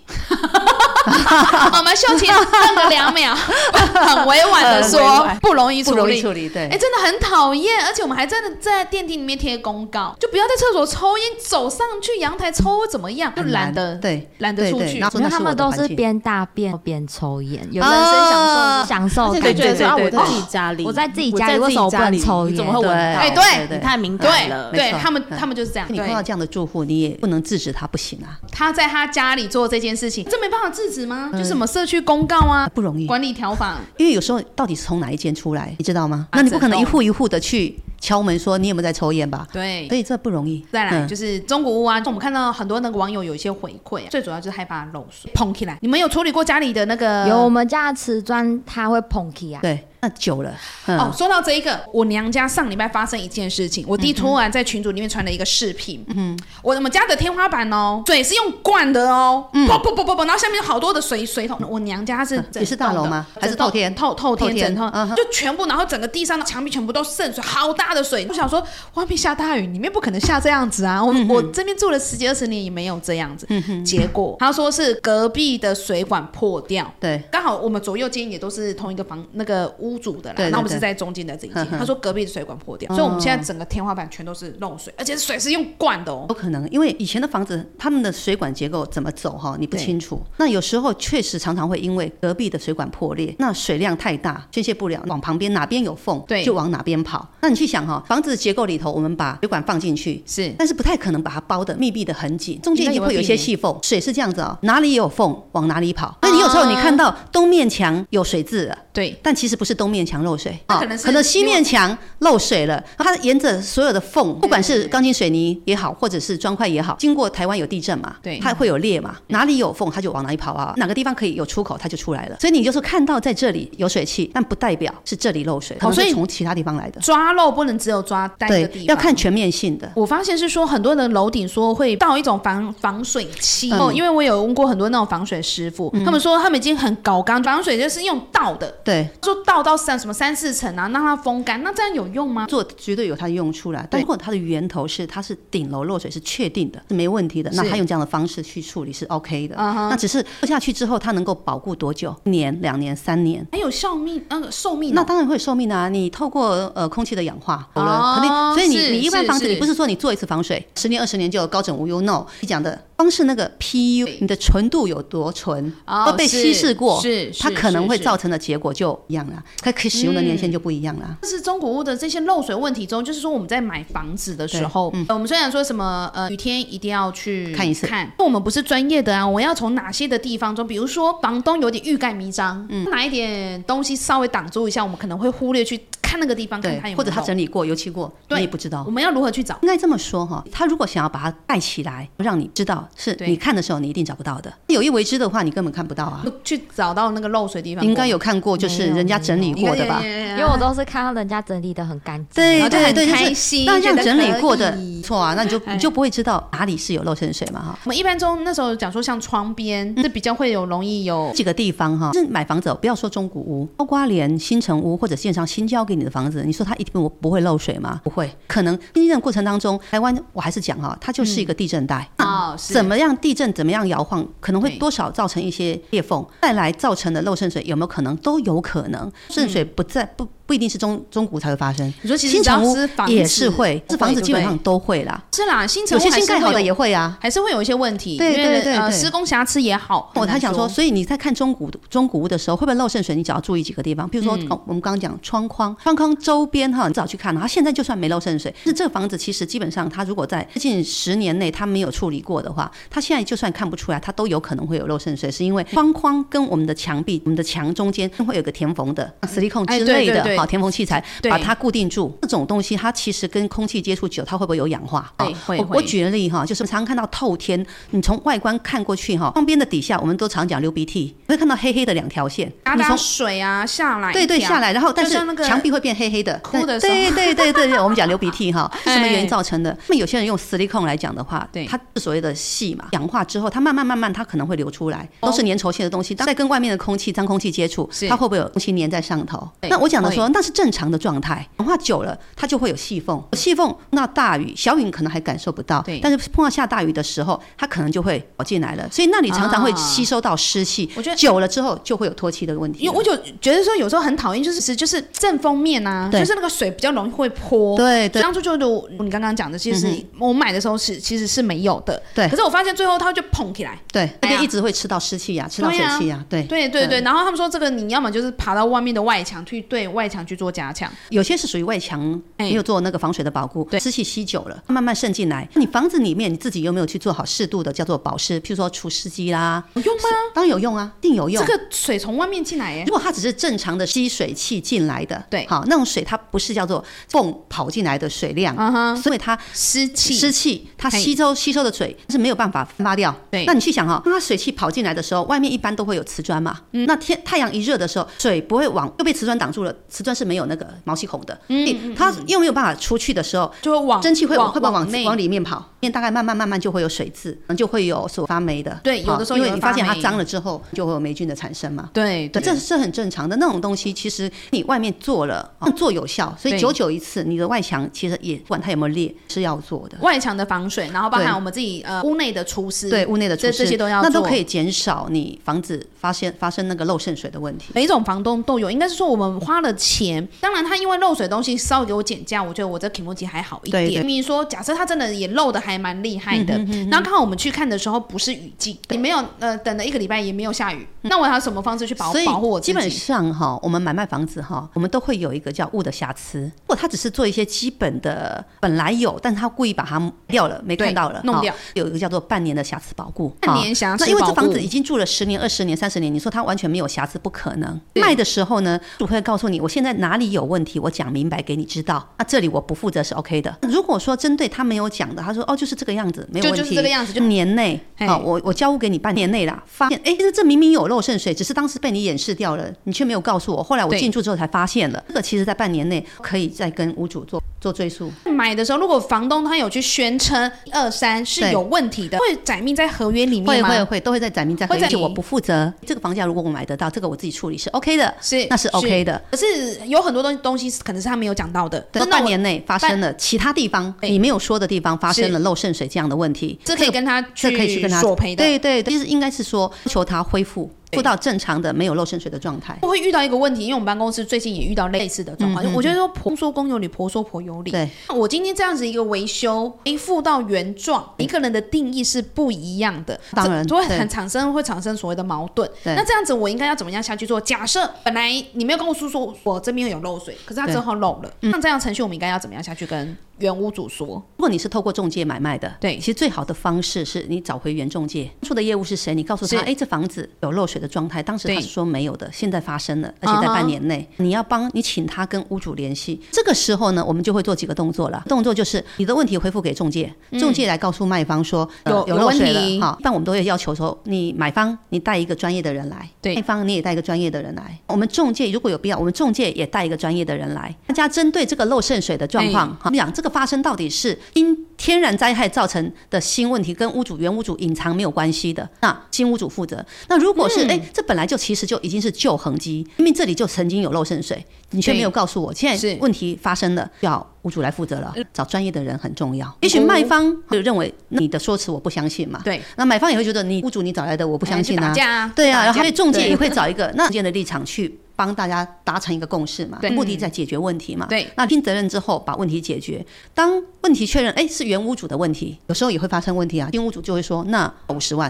Speaker 1: 我们秀琴愣了两秒， [laughs] 很委婉的
Speaker 3: 很委
Speaker 1: 说
Speaker 3: 婉
Speaker 1: 不容易
Speaker 2: 不
Speaker 1: 处
Speaker 2: 容易
Speaker 1: 理。
Speaker 2: 处理，对。
Speaker 1: 哎、真的很讨厌，而且我们还真的在电梯里面贴公告，就不要在厕所抽烟，走上去阳台抽怎么样？就
Speaker 2: 很
Speaker 1: 懒得
Speaker 2: 对，
Speaker 1: 懒得
Speaker 2: 对
Speaker 1: 出
Speaker 2: 对
Speaker 1: 去
Speaker 2: 然后
Speaker 4: 因
Speaker 2: 那
Speaker 4: 为他
Speaker 2: 我
Speaker 4: 们
Speaker 2: 的
Speaker 4: 都
Speaker 2: 环
Speaker 4: 是
Speaker 2: 境
Speaker 4: 边大便边抽烟，有的人是
Speaker 2: 啊
Speaker 4: 享受享受
Speaker 3: 而且
Speaker 4: 感
Speaker 3: 就觉
Speaker 4: 觉
Speaker 3: 得说啊，
Speaker 2: 对对
Speaker 3: 我在自己家里，
Speaker 4: 我在自己家里
Speaker 3: 我在自己
Speaker 4: 为什么不能
Speaker 3: 家里
Speaker 4: 抽烟
Speaker 3: 你怎么会闻
Speaker 2: 对
Speaker 3: 到？
Speaker 1: 哎对
Speaker 3: 你太敏感了。
Speaker 1: 对对
Speaker 2: 没错
Speaker 1: 他们
Speaker 2: 嗯
Speaker 1: 他们就是这样。
Speaker 2: 你碰到
Speaker 1: 对，
Speaker 2: 这样的住户，你也不能制止他，不行啊，
Speaker 1: 他在他家里做这件事情，这没办法制止吗？
Speaker 2: 嗯
Speaker 1: 就什么社区公告啊、
Speaker 2: 不容易。
Speaker 1: 管理条
Speaker 2: [laughs]
Speaker 1: 法，
Speaker 2: 因为有时候到底是从哪一间出来，你知道吗？
Speaker 1: 啊
Speaker 2: 那你不可能
Speaker 1: 整
Speaker 2: 一
Speaker 1: 栋
Speaker 2: 户一户的去敲门说你有没有在抽烟吧？
Speaker 1: 对
Speaker 2: 所。以这不容易。
Speaker 1: 再来
Speaker 2: 嗯
Speaker 1: 就是中古屋啊，我们看到很多那个网友有一些回馈、啊最主要就是害怕漏水碰起来。你们有处理过家里的那个？
Speaker 2: 嗯
Speaker 4: 有我们家的瓷砖它会蓬起啊，
Speaker 2: 对，那久了，嗯，
Speaker 1: 哦，说到这一个，我娘家上礼拜发生一件事情，我
Speaker 2: 嗯
Speaker 1: 弟突然在群组里面传了一个视频，嗯，我我们家的天花板哦，水是用灌的哦，啵啵啵啵啵，然后下面有好多的水水桶，我娘家它是整
Speaker 2: 嗯也是大楼吗
Speaker 1: 栋的
Speaker 2: 还是透天
Speaker 1: 整栋透透
Speaker 2: 透
Speaker 1: 天
Speaker 2: 天
Speaker 1: 整
Speaker 2: 嗯
Speaker 1: 栋
Speaker 2: 哼
Speaker 1: 就全部，然后整个地上的墙壁全部都渗水，好大的水，我想说外面下大雨，里面不可能下这样子啊，
Speaker 2: 嗯
Speaker 1: 我我这边住了十几二十年也没有这样子，结果他说是隔壁的水管破掉。
Speaker 2: 对，
Speaker 1: 刚好我们左右间也都是同一个房那个屋主的啦，
Speaker 2: 对对
Speaker 1: 那我们是
Speaker 2: 对哦
Speaker 1: 在中间的这一间。
Speaker 2: 嗯哼
Speaker 1: 他说隔壁的水管破掉，所以我们现在整个天花板全都是漏水，而且水是用灌的哦。
Speaker 2: 有可能，因为以前的房子他们的水管结构怎么走哈，你不
Speaker 1: 对
Speaker 2: 清楚。那有时候确实常常会因为隔壁的水管破裂，那水量太大，宣泄不了，往旁边哪边有缝，
Speaker 1: 对
Speaker 2: 就往哪边跑。那你去想哈，房子的结构里头，我们把水管放进去。
Speaker 1: 是
Speaker 2: 但是不太可能把它包的密闭的很紧，中间一定会有一些细缝。水是这样子哦，哪里有缝往哪里跑。那你有时候你看到东面墙有水渍了，
Speaker 1: 对
Speaker 2: 但其实不是东面墙漏水，
Speaker 1: 那
Speaker 2: 啊
Speaker 1: 可能是
Speaker 2: 可能西面墙漏水了，然后它沿着所有的缝，不管是钢筋水泥也好，或者是砖块也好，经过台湾有地震嘛，
Speaker 1: 对
Speaker 2: 它会有裂嘛，哪里有缝它就往哪里跑啊，哪个地方可以有出口它就出来了。所以你就是看到在这里有水汽，但不代表是这里漏水，
Speaker 1: 哦
Speaker 2: 可能
Speaker 1: 所以
Speaker 2: 是从其他地方来的。
Speaker 1: 抓漏不能只有抓单一个
Speaker 2: 对
Speaker 1: 地方，，
Speaker 2: 要看。全面性的。
Speaker 1: 我发现是说，很多的楼顶说会倒一种防防水漆、
Speaker 2: 嗯
Speaker 1: 哦，因为我有问过很多那种防水师傅，他们说他们已经很搞刚，防水就是用倒的，
Speaker 2: 对，
Speaker 1: 说倒到三什么三四层啊，让它风干，那这样有用吗？
Speaker 2: 做绝对有它的用处啦。但如果它的源头是它是顶楼漏水是确定的，是没问题的，那
Speaker 1: 是
Speaker 2: 它用这样的方式去处理是 OK 的。
Speaker 1: 嗯哼
Speaker 2: 那只是做下去之后，它能够保护多久？一年、两年、三年？
Speaker 1: 还有效命那个寿命哦、
Speaker 2: 那当然会有寿命啊！你透过呃空气的氧化，好
Speaker 1: 哦
Speaker 2: 了，肯定。所以
Speaker 1: 是
Speaker 2: 你你一般
Speaker 1: 是
Speaker 2: 房子，
Speaker 1: 是
Speaker 2: 你不是说你做一次防水，十年二十年就高枕无忧？No，你讲的光是那个 PU，你的纯度有多纯，
Speaker 1: 哦
Speaker 2: 会被稀释过，
Speaker 1: 是是
Speaker 2: 它可能
Speaker 1: 是
Speaker 2: 会
Speaker 1: 是嗯
Speaker 2: 造成的结果就一样啦，它可以使用的年限就不一样啦。
Speaker 1: 这是中古屋的这些漏水问题中，就是说我们在买房子的时候，呃我们虽然说什么呃雨天一定要去
Speaker 2: 嗯看一次
Speaker 1: 看，因为我们不是专业的啊，我们要从哪些的地方中，比如说房东有点欲盖弥彰，
Speaker 2: 嗯
Speaker 1: 拿一点东西稍微挡住一下，我们可能会忽略去看那个地方，看
Speaker 2: 对
Speaker 1: 它有没有，
Speaker 2: 或者他
Speaker 1: 漏
Speaker 2: 整理过、油漆过，
Speaker 1: 对
Speaker 2: 你也不知道
Speaker 1: 我。们要如何去找？
Speaker 2: 应该这么说哈，他如果想要把它盖起来，让你知道是
Speaker 1: 对
Speaker 2: 你看的时候，你一定找不到的。有意为之的话，你根本看不到啊。
Speaker 1: 去找到那个漏水地方，
Speaker 2: 应该有看过，就是人家整理
Speaker 1: 应该
Speaker 2: 过的吧？
Speaker 1: 因
Speaker 4: 因为我都是看到人家整理的很干净，
Speaker 2: 啊对
Speaker 1: 然后就
Speaker 2: 对
Speaker 1: 很
Speaker 2: 对，就
Speaker 1: 开
Speaker 2: 是
Speaker 1: 心
Speaker 2: 那
Speaker 1: 觉
Speaker 2: 这样
Speaker 1: 得
Speaker 2: 整理
Speaker 1: 可
Speaker 2: 过的
Speaker 1: 以哎
Speaker 2: 不错啊，那你就你就不会知道哪里是有漏渗水嘛哈。
Speaker 1: 我们一般中那时候讲说像窗边
Speaker 2: 嗯
Speaker 1: 是比较会有容易有
Speaker 2: 几个地方哈，是买房子哦，不要说中古屋，包括连新城屋或者建商新交给你的房子，你说它一定不不会漏水吗？不会，可能地震过程当中，台湾我还是讲哈，它就是一个地震带，
Speaker 1: 嗯哦，是
Speaker 2: 怎么样地震怎么样摇晃，可能会
Speaker 1: 对
Speaker 2: 多少造成一些裂缝，带来造成的漏渗水有没有可能都有可能，渗水不在不不一定是中中古才会发生，
Speaker 1: 你说嗯其实
Speaker 2: 新
Speaker 1: 只要
Speaker 2: 城屋
Speaker 1: 是房子
Speaker 2: 也是会，这房子基本
Speaker 1: 对
Speaker 2: 上
Speaker 1: 不
Speaker 2: 都会啦，
Speaker 1: 对是啦，新城
Speaker 2: 有
Speaker 1: 屋
Speaker 2: 些
Speaker 1: 还
Speaker 2: 新
Speaker 1: 是
Speaker 2: 盖好
Speaker 1: 会
Speaker 2: 的
Speaker 1: 有
Speaker 2: 也会啊。
Speaker 1: 还是会有一些问题，
Speaker 2: 对
Speaker 1: 因为
Speaker 2: 对对
Speaker 1: 呃，
Speaker 2: 对
Speaker 1: 施工瑕疵也好。
Speaker 2: 哦，
Speaker 1: 很
Speaker 2: 他
Speaker 1: 难
Speaker 2: 想说，所以你在看中古中古屋的时候，会不会漏渗水？你只要注意几个地方，比如说、
Speaker 1: 嗯
Speaker 2: 哦、我们刚刚讲窗框，窗框周边哈，你早去看了。它现在就算没漏渗水，是这个房子其实基本上它如果在近十年内它没有处理过的话，它现在就算看不出来，它都有可能会有漏渗水，是因为窗框跟我们的墙壁、我们的墙中间会有个填缝的 s i l
Speaker 1: 哎
Speaker 2: 之
Speaker 1: 对
Speaker 2: 类
Speaker 1: 对
Speaker 2: 的
Speaker 1: 对
Speaker 2: 好填缝器材
Speaker 1: 对
Speaker 2: 把它固定住。这种东西它其实跟空气接触久，它会不会有氧化？
Speaker 1: 对
Speaker 2: 哦
Speaker 1: 会
Speaker 2: 我
Speaker 1: 会
Speaker 2: 我举个例哈，就是常常看到透天，你从外观看过去哈，窗边的底下我们都常讲流鼻涕，会看到黑黑的两条线，
Speaker 1: 嘎
Speaker 2: 你
Speaker 1: 嘎
Speaker 2: 从。
Speaker 1: 水啊下来一条，
Speaker 2: 对对，下来，然后但
Speaker 1: 就是像那个
Speaker 2: 墙壁会变黑黑的，
Speaker 1: 哭的时候
Speaker 2: 对对对对对，我们讲流鼻
Speaker 1: [laughs]
Speaker 2: 涕哈，是什么原
Speaker 1: 哎
Speaker 2: 因造成的？那么有些人用 silicone 来讲的话
Speaker 1: 对，
Speaker 2: 它是所谓的细嘛，氧化之后，它慢慢慢慢它可能会流出来，都是粘稠性的东西，当在跟外面的空气、脏空气接触
Speaker 1: 哦是，
Speaker 2: 它会不会有东西粘在上头？
Speaker 1: 对
Speaker 2: 那我讲的说，那是正常的状态，氧化久了它就会有细缝，细缝那大雨、小雨你可能还感受不到
Speaker 1: 对，
Speaker 2: 但是碰到下大雨的时候，它可能就会跑进来了，所以那里常常会
Speaker 1: 啊
Speaker 2: 吸收到湿气，
Speaker 1: 我觉得
Speaker 2: 久了之后就会有脱漆的问题
Speaker 1: 因
Speaker 2: 了。
Speaker 1: 为我就觉得说有时候很讨厌，就是就是正封面啊，
Speaker 2: 对
Speaker 1: 就是那个水比较容易会泼。
Speaker 2: 对对
Speaker 1: 当初就如你刚刚讲的，其实
Speaker 2: 嗯
Speaker 1: 我买的时候是其实是没有的，
Speaker 2: 对
Speaker 1: 可是我发现最后它就捧起来，
Speaker 2: 对，
Speaker 1: 哎
Speaker 2: 那
Speaker 1: 呀
Speaker 2: 边一直会吃到湿气呀，吃到
Speaker 1: 对
Speaker 2: 水
Speaker 1: 呀
Speaker 2: 气呀，对。
Speaker 1: 对对对。然后他们说这个你要么就是爬到外面的外墙去对外墙去做加强，
Speaker 2: 有些是属于外墙
Speaker 1: 哎
Speaker 2: 没有做那个防水的保护，
Speaker 1: 对
Speaker 2: 湿气吸久了，慢慢渗进来。你房子里面你自己有没有去做好适度的叫做保湿？譬如说除湿机啦，
Speaker 1: 有用吗？
Speaker 2: 当然有哦用啊，一定有
Speaker 1: 这
Speaker 2: 用。
Speaker 1: 个水从外面进来耶
Speaker 2: 如，果它只是正常的吸水器进来的，
Speaker 1: 对
Speaker 2: 好，那种水它不是叫做缝跑进来的水量，
Speaker 1: 嗯哼，
Speaker 2: 所以它
Speaker 1: 湿气
Speaker 2: 湿气，它
Speaker 1: 嘿
Speaker 2: 吸收吸收的水是没有办法发掉。
Speaker 1: 对
Speaker 2: 那你去想哈、当它水汽跑进来的时候，外面一般都会有瓷砖嘛。
Speaker 1: 嗯
Speaker 2: 那天太阳一热的时候，水不会往又被瓷砖挡住了，瓷砖是没有那个毛细孔的，嗯它又没有办法出去的时候。
Speaker 1: 就会往
Speaker 2: 蒸汽会往
Speaker 1: 往
Speaker 2: 会不会往
Speaker 1: 内
Speaker 2: 往里面跑？面大概慢慢慢慢就会有水渍，就会有所发霉的。
Speaker 1: 对有的
Speaker 2: 好
Speaker 1: 时候
Speaker 2: 因
Speaker 1: 也
Speaker 2: 为
Speaker 1: 会
Speaker 2: 你发现
Speaker 1: 发
Speaker 2: 它
Speaker 1: 霉
Speaker 2: 脏了之后，就会有霉菌的产生嘛。
Speaker 1: 对
Speaker 2: 对，
Speaker 1: 对
Speaker 2: 这是很正常的。那种东西其实你外面做了，啊做有效，所
Speaker 1: 对
Speaker 2: 以久久一次，你的外墙其实也不管它有没有裂是要做的。
Speaker 1: 外墙的防水，然后包含
Speaker 2: 对
Speaker 1: 我们自己呃屋内的除湿，
Speaker 2: 对，屋内的
Speaker 1: 这
Speaker 2: 厨
Speaker 1: 这
Speaker 2: 师
Speaker 1: 些都要
Speaker 2: 那都
Speaker 1: 做
Speaker 2: 可以减少你房子发现发生那个漏渗水的问题。
Speaker 1: 每一种房东都有，应该是说我们花了钱，当然他因为漏水的东西稍微给我减价，我觉得我这 k i m o j i 还好一点。
Speaker 2: 对对嗯
Speaker 1: 明明说假设他真的也漏的还蛮厉害的，然后刚好我们去看的时候不是雨季，也没有呃等了一个礼拜也没有下雨，那我还有什么方式去保
Speaker 2: 所以
Speaker 1: 保护我自己？
Speaker 2: 基本上哈，我们买卖房子哈，我们都会有一个叫物的瑕瑕疵。如果他只是做一些基本的，本来有，但是他故意把它掉了，没看到了，
Speaker 1: 弄掉
Speaker 2: 哦。有一个叫做半年的瑕疵保固，
Speaker 1: 半
Speaker 2: 哦
Speaker 1: 年瑕疵
Speaker 2: 那因为这
Speaker 1: 保
Speaker 2: 房
Speaker 1: 护
Speaker 2: 子已经住了十年、二十年、三十年，你说它完全没有瑕疵，不可能。
Speaker 1: 对
Speaker 2: 卖的时候呢，主会告诉你我现在哪里有问题，我讲明白给你知道。那这里我不负责是 OK 的。如果说针对他没有讲的，他说哦就是这个样子，没有
Speaker 1: 就
Speaker 2: 问题，
Speaker 1: 就是这个样子就
Speaker 2: 年内
Speaker 1: 嘿
Speaker 2: 啊、我我交屋给你半年内啦，发现哎，其实这明明有漏渗水，只是当时被你掩饰掉了，你却没有告诉我。后来我
Speaker 1: 对
Speaker 2: 进驻之后才发现了，这个其实在半年内可以再跟屋主做做追溯。
Speaker 1: 买的时候，如果房东他有去宣称一二三是
Speaker 2: 对
Speaker 1: 有问题的，会载明在合约里
Speaker 2: 会
Speaker 1: 面吗？
Speaker 2: 会会都会在载明在合
Speaker 1: 会
Speaker 2: 约，
Speaker 1: 载
Speaker 2: 而且我
Speaker 1: 明
Speaker 2: 不负责这个房价，如果我买得到，这个我自己处理是 OK 的，
Speaker 1: 是
Speaker 2: 那是 OK 的。
Speaker 1: 可是有很多东东西是可能是他没有讲到的，
Speaker 2: 等
Speaker 1: 那
Speaker 2: 半
Speaker 1: 我
Speaker 2: 年内发生了其他地方
Speaker 1: 对
Speaker 2: 你没有说的地方发
Speaker 1: 是
Speaker 2: 生了漏渗水这样的问题，
Speaker 1: 这可以
Speaker 2: 个
Speaker 1: 跟他
Speaker 2: 这可以去跟他
Speaker 1: 索赔的。
Speaker 2: 对对，对其实应该是说求他恢复，
Speaker 1: 对
Speaker 2: 复到正常的没有漏渗水的状态。
Speaker 1: 我会遇到一个问题，因为我们办公室最近也遇到类似的状况。我觉得说公说公有理，婆说婆有理。
Speaker 2: 嗯对，
Speaker 1: 我今天这样子一个维修恢复到原状，一个人的定义是不一样的，
Speaker 2: 当然
Speaker 1: 这会
Speaker 2: 对
Speaker 1: 很产生会产生所谓的矛盾。
Speaker 2: 对
Speaker 1: 那这样子我应该要怎么样下去做？假设本来你没有跟我说说我这边有漏水，可是他
Speaker 2: 对嗯
Speaker 1: 之后漏了，那这样程序我们应该要怎么样下去跟原屋主说？
Speaker 2: 如果你是透过中介买卖的，
Speaker 1: 对
Speaker 2: 其实最好的方式是你找回原中介，当初的业务是谁，你告诉
Speaker 1: 是
Speaker 2: 他，哎，这房子有漏水的状态，当时他
Speaker 1: 对
Speaker 2: 是说没有的，现在发生了，而且在
Speaker 1: 啊哈
Speaker 2: 半年内，你要帮你请他跟屋主联系。这个时候呢，我们就会做几个动作了，动作就是你的问题回复给中介，中介来告诉卖方说
Speaker 1: 嗯
Speaker 2: 呃
Speaker 1: 有
Speaker 2: 有
Speaker 1: 有
Speaker 2: 漏
Speaker 1: 问
Speaker 2: 水了
Speaker 1: 题，
Speaker 2: 好，一般我们都会要求说，你买方你带一个专业的人来，
Speaker 1: 对
Speaker 2: 卖方你也带一个专业的人来，我们中介如果有必要，我们中介也带一个专业的人来，大家针对这个漏渗水的状况，哈我们讲这个发生到底是因天然灾害造成的新问题，跟屋主原屋主隐藏没有关系的，那新屋主负责。那如果是
Speaker 1: 嗯
Speaker 2: 哎、这本来就其实就已经是旧痕迹，明明这里就曾经有漏渗水，你却
Speaker 1: 对
Speaker 2: 没有告诉我，现
Speaker 1: 是嗯
Speaker 2: 在问题发生了，要屋主来负责了，找专业的人很重要。也许卖方会认为那你的说辞我不相信嘛，
Speaker 1: 哦对，
Speaker 2: 那买方也会觉得你屋主你找来的我不相信
Speaker 1: 哎去打
Speaker 2: 啊，
Speaker 1: 架啊，
Speaker 2: 对啊，
Speaker 1: 打
Speaker 2: 然后
Speaker 1: 架
Speaker 2: 还有中介
Speaker 1: 对
Speaker 2: 也会找一个那 [laughs] 中间的立场去帮大家达成一个共识嘛
Speaker 1: 对，
Speaker 2: 目的在解决问题嘛。
Speaker 1: 对，
Speaker 2: 那尽责任之后把问题解决，当问题确认，哎，是原屋主的问题，有时候也会发生问题啊，新屋主就会说那五十万，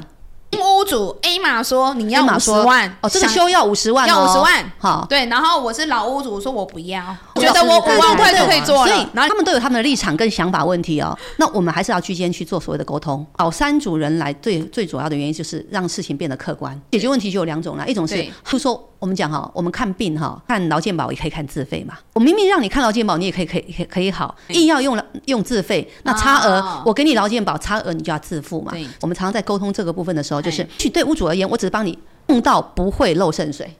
Speaker 1: 屋主 A 码说你要
Speaker 2: 立马
Speaker 1: 五十
Speaker 2: 说
Speaker 1: 万
Speaker 2: 哦，这个
Speaker 1: 想
Speaker 2: 修要五十万、哦，
Speaker 1: 要50万
Speaker 2: 好。
Speaker 1: 对，然后我是老屋主，说我不要，
Speaker 2: 我
Speaker 1: 觉得我五万块就可以做了。
Speaker 2: 所以
Speaker 1: 然后
Speaker 2: 他们都有他们的立场跟想法问题哦。那我们还是要居间去做所谓的沟通，找三组人来最最主要的原因就是让事情变得客观。解决问题就有两种啦，一种是
Speaker 1: 对
Speaker 2: 就说我们讲哈，我们看病哈，看劳健保也可以看自费嘛。我明明让你看劳健保，你也可以可以可以可以好，硬要用了用自费，那差
Speaker 1: 哦
Speaker 2: 额我给你劳健保差额你就要自付嘛
Speaker 1: 对。
Speaker 2: 我们常常在沟通这个部分的时候，就是
Speaker 1: 哎
Speaker 2: 去对屋主而言，我只是帮你弄到不会漏渗水。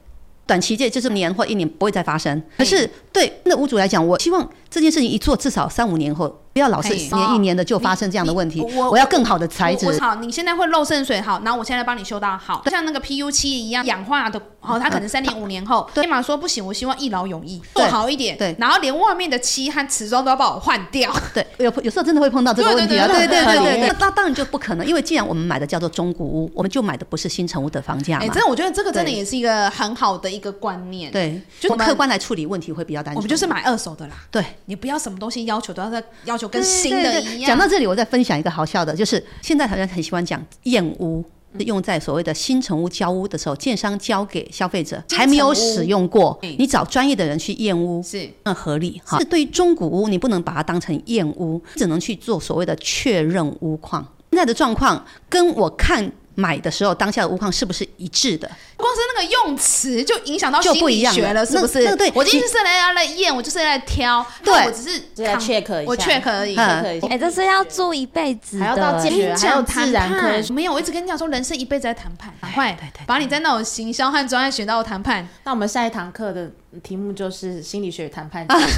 Speaker 2: 短期界就是年或一年不会再发生。可是对那屋主来讲，我希望这件事情一做至少三五年后，不要老是
Speaker 1: 嘿
Speaker 2: 一
Speaker 1: 哦
Speaker 2: 年一年的就发生这样的问题。
Speaker 1: 你我
Speaker 2: 我要更好的材质
Speaker 1: 我。我好，你现在会漏渗水，好，然后我现在帮你修到好，就像那个 PU 漆一样氧化的，哦，它可能三
Speaker 2: 呃
Speaker 1: 年五年后，对嘛说不行，我希望一劳永逸，做
Speaker 2: 对
Speaker 1: 好一点，
Speaker 2: 对
Speaker 1: 然后连外面的漆和瓷砖都要帮我换掉， [laughs]
Speaker 2: 对，有有时候真的会碰到这个问题啊。
Speaker 1: 对
Speaker 2: 对
Speaker 1: 对对
Speaker 2: 对对
Speaker 1: 对
Speaker 2: 对
Speaker 1: 对
Speaker 2: 对，那当然就不可能，因为既然我们买的叫做中古屋，我们就买的不是新城屋的房价
Speaker 1: 哎、
Speaker 2: 嘛
Speaker 1: 真。的，我觉得这个真的
Speaker 2: 对
Speaker 1: 也是一个很好的一个观念，，
Speaker 2: 对，
Speaker 1: 就
Speaker 2: 我们
Speaker 1: 我们
Speaker 2: 客观来处理问题会比较单纯。
Speaker 1: 我们就是买二手的啦，
Speaker 2: 对。
Speaker 1: 你不要什么东西要求都要在要求跟
Speaker 2: 对
Speaker 1: 新
Speaker 2: 对
Speaker 1: 的
Speaker 2: 对
Speaker 1: 一
Speaker 2: 讲
Speaker 1: 样，
Speaker 2: 到这里，我再分享一个好笑的，就是现在好像很喜欢讲验屋。
Speaker 1: 嗯
Speaker 2: 是用在所谓的新城屋交屋的时候，建商交给消费者
Speaker 1: 新
Speaker 2: 还没有
Speaker 1: 城屋
Speaker 2: 使用过
Speaker 1: 嗯，
Speaker 2: 你找专业的人去验屋，
Speaker 1: 是
Speaker 2: 更合理哈。是对于中古屋，你不能把它当成验屋，只能去做所谓的确认屋况。现在的状况跟我看买的时候当下的屋况是不是一致的？
Speaker 1: 光是那个用词就影响到
Speaker 2: 就
Speaker 1: 心
Speaker 2: 不一
Speaker 1: 理
Speaker 2: 样
Speaker 1: 学
Speaker 2: 了
Speaker 1: 了，是不
Speaker 2: 那
Speaker 1: 是？
Speaker 2: 那对
Speaker 1: 我今天
Speaker 2: 其
Speaker 1: 就是来要来验，我就是来挑，
Speaker 2: 对
Speaker 1: 那我只是
Speaker 3: 就来 check 一
Speaker 1: 我
Speaker 3: 下
Speaker 1: check 而已。
Speaker 2: 嗯
Speaker 3: 可以
Speaker 4: 哎、这是要住一辈子的、
Speaker 3: 还要到
Speaker 4: 哎
Speaker 3: 建学
Speaker 1: 你
Speaker 3: 还有
Speaker 1: 讲
Speaker 3: 自
Speaker 1: 谈
Speaker 3: 然科
Speaker 1: 判
Speaker 3: 学
Speaker 1: 没有，我一直跟你讲说，人生一辈子在谈判，赶快
Speaker 2: 哎对对对
Speaker 1: 把你在那种行销和专业学到的谈判，
Speaker 3: 那我们下一堂课的题目就是心理学与谈判。
Speaker 2: [laughs]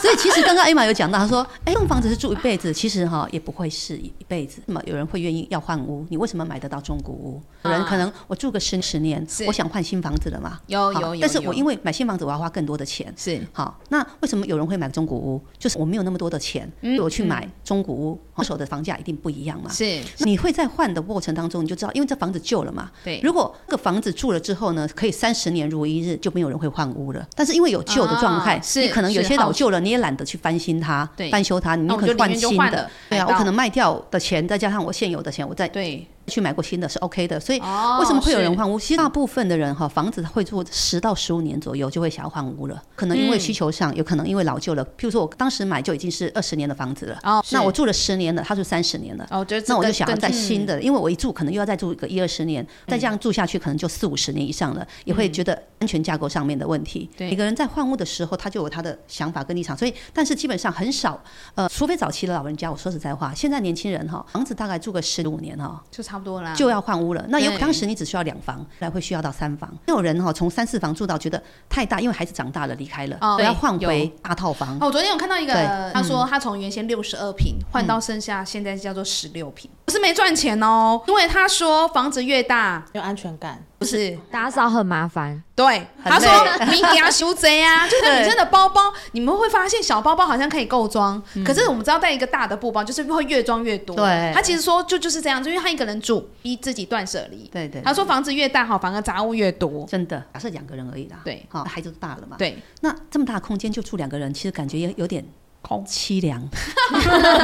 Speaker 2: 所以其实刚刚 Emma 有讲到，她说，哎，用房子是住一辈子，其实哈也不会是一辈子。那么有人会愿意要换屋，你为什么买得到中古屋？有人可能我住个十十年
Speaker 1: 啊是，
Speaker 2: 我想换新房子了嘛，
Speaker 1: 有有
Speaker 2: 好
Speaker 1: 有
Speaker 2: 但是
Speaker 1: 有
Speaker 2: 我因为买新房子我要花更多的钱。
Speaker 1: 是
Speaker 2: 好，那为什么有人会买中古屋？就是我没有那么多的钱，所以我去买中古屋，二手的房价一定不一样
Speaker 1: 嗯
Speaker 2: 嘛。
Speaker 1: 是，
Speaker 2: 你会在换的过程当中，你就知道，因为这房子旧了嘛。
Speaker 1: 对
Speaker 2: 如果这个房子住了之后呢，可以三十年如一日，就没有人会换屋了。但是因为有旧的状态，
Speaker 1: 啊是
Speaker 2: 你可能有
Speaker 1: 是
Speaker 2: 些老旧了，你也懒得去翻新它
Speaker 1: 对、
Speaker 2: 翻修它，你
Speaker 1: 那我
Speaker 2: 可
Speaker 1: 就宁
Speaker 2: 能换
Speaker 1: 愿就
Speaker 2: 新
Speaker 1: 换
Speaker 2: 的
Speaker 1: 了。
Speaker 2: 对啊，
Speaker 1: 买到
Speaker 2: 我可能卖掉的钱，再加上我现有的钱，我再
Speaker 1: 对，
Speaker 2: 去买过新的是 OK 的。所以
Speaker 1: 哦
Speaker 2: 为什么会有人换屋？其实大部分的人哈，房子会住十到十五年左右就会想要换屋了，可能因为
Speaker 1: 嗯
Speaker 2: 需求上，有可能因为老旧了。譬如说我当时买就已经是二十年的房子了，
Speaker 1: 哦，
Speaker 2: 那
Speaker 1: 是
Speaker 2: 我住了十年了，他住三十年了。
Speaker 1: 哦，就是
Speaker 2: 那我就
Speaker 1: 更
Speaker 2: 想要
Speaker 1: 更嗯
Speaker 2: 在新的，因为我一住可能又要再住个一二十年，再这样住下去可能就四五十年以上了，也会觉得安全架构上面的问题。
Speaker 1: 对
Speaker 2: 每个人在换屋的时候，他就有他的想法跟立场，所以但是基本上很少，呃，除非早期的老人家，我说实在话，现在年轻人哈，房子大概住个十五年哈，
Speaker 1: 就差不多啦，
Speaker 2: 就要换屋了。那有
Speaker 1: 啊对
Speaker 2: 当时你只需要两房，后来会需要到三房。也有人哈从三四房住到觉得太大，因为孩子长大了离开了，
Speaker 1: 哦
Speaker 2: 所以要
Speaker 1: 对
Speaker 2: 换
Speaker 1: 有
Speaker 2: 回大套房。
Speaker 1: 哦，我昨天有看到一个
Speaker 2: 对，嗯
Speaker 1: 他说他从原先六十二平换到剩下现在叫做十六平，不是没赚钱哦，因为他说房子越大
Speaker 3: 有安全感。 [laughs]
Speaker 1: 不是
Speaker 4: 打扫很麻烦，
Speaker 1: [laughs] 对，
Speaker 2: 很
Speaker 1: 他
Speaker 2: 累
Speaker 1: 说你给他修贼
Speaker 2: [laughs]
Speaker 1: 啊，就是女生的包包，你们会发现小包包好像可以够装，可是我们知道带一个大的布包，就是会越装越多。
Speaker 2: 嗯对
Speaker 1: 他其实说就就是这样，就因为他一个人住，逼自己断舍离。
Speaker 2: 对对，
Speaker 1: 他说房子越大好，反而杂物越
Speaker 2: [laughs]
Speaker 1: 多。
Speaker 2: 真的，假设两个人而已啦。
Speaker 1: 对
Speaker 2: 好，孩子都大了嘛。 [laughs]
Speaker 1: 对，
Speaker 2: 那这么大的空间就住两个人，其实感觉也有点
Speaker 1: 空
Speaker 2: 凄凉。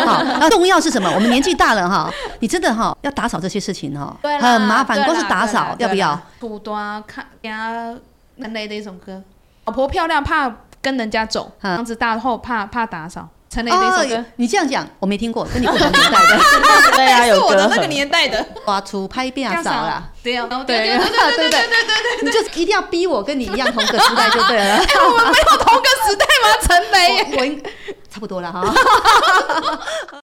Speaker 2: 好，那重要是什么？我们年纪大了哈，你真的哈要打扫这些事情哈，
Speaker 1: 对啦，
Speaker 2: 很麻烦，
Speaker 1: 对啦
Speaker 2: 光是打扫要不要？？
Speaker 1: 土多看呀，人类的一首歌，老婆漂亮怕跟人家走，
Speaker 2: 嗯哦
Speaker 1: 房子大后怕怕打扫，陈雷的一首歌，，
Speaker 2: 你这样讲我没听过，跟你不同年代的
Speaker 3: 对啊，
Speaker 1: 是
Speaker 3: 有
Speaker 1: 我的
Speaker 3: 隔
Speaker 1: 那个
Speaker 3: 阂。
Speaker 1: 年代的，
Speaker 2: 哇，出拍变
Speaker 1: 打
Speaker 2: 少啦。，
Speaker 1: 对哦，
Speaker 2: 对
Speaker 1: 对对对
Speaker 2: 对对对，你就一定要逼我跟你一样同个时代就对了。
Speaker 1: 我们没有同个时代吗？陈雷，
Speaker 2: 我我应差不多了哈。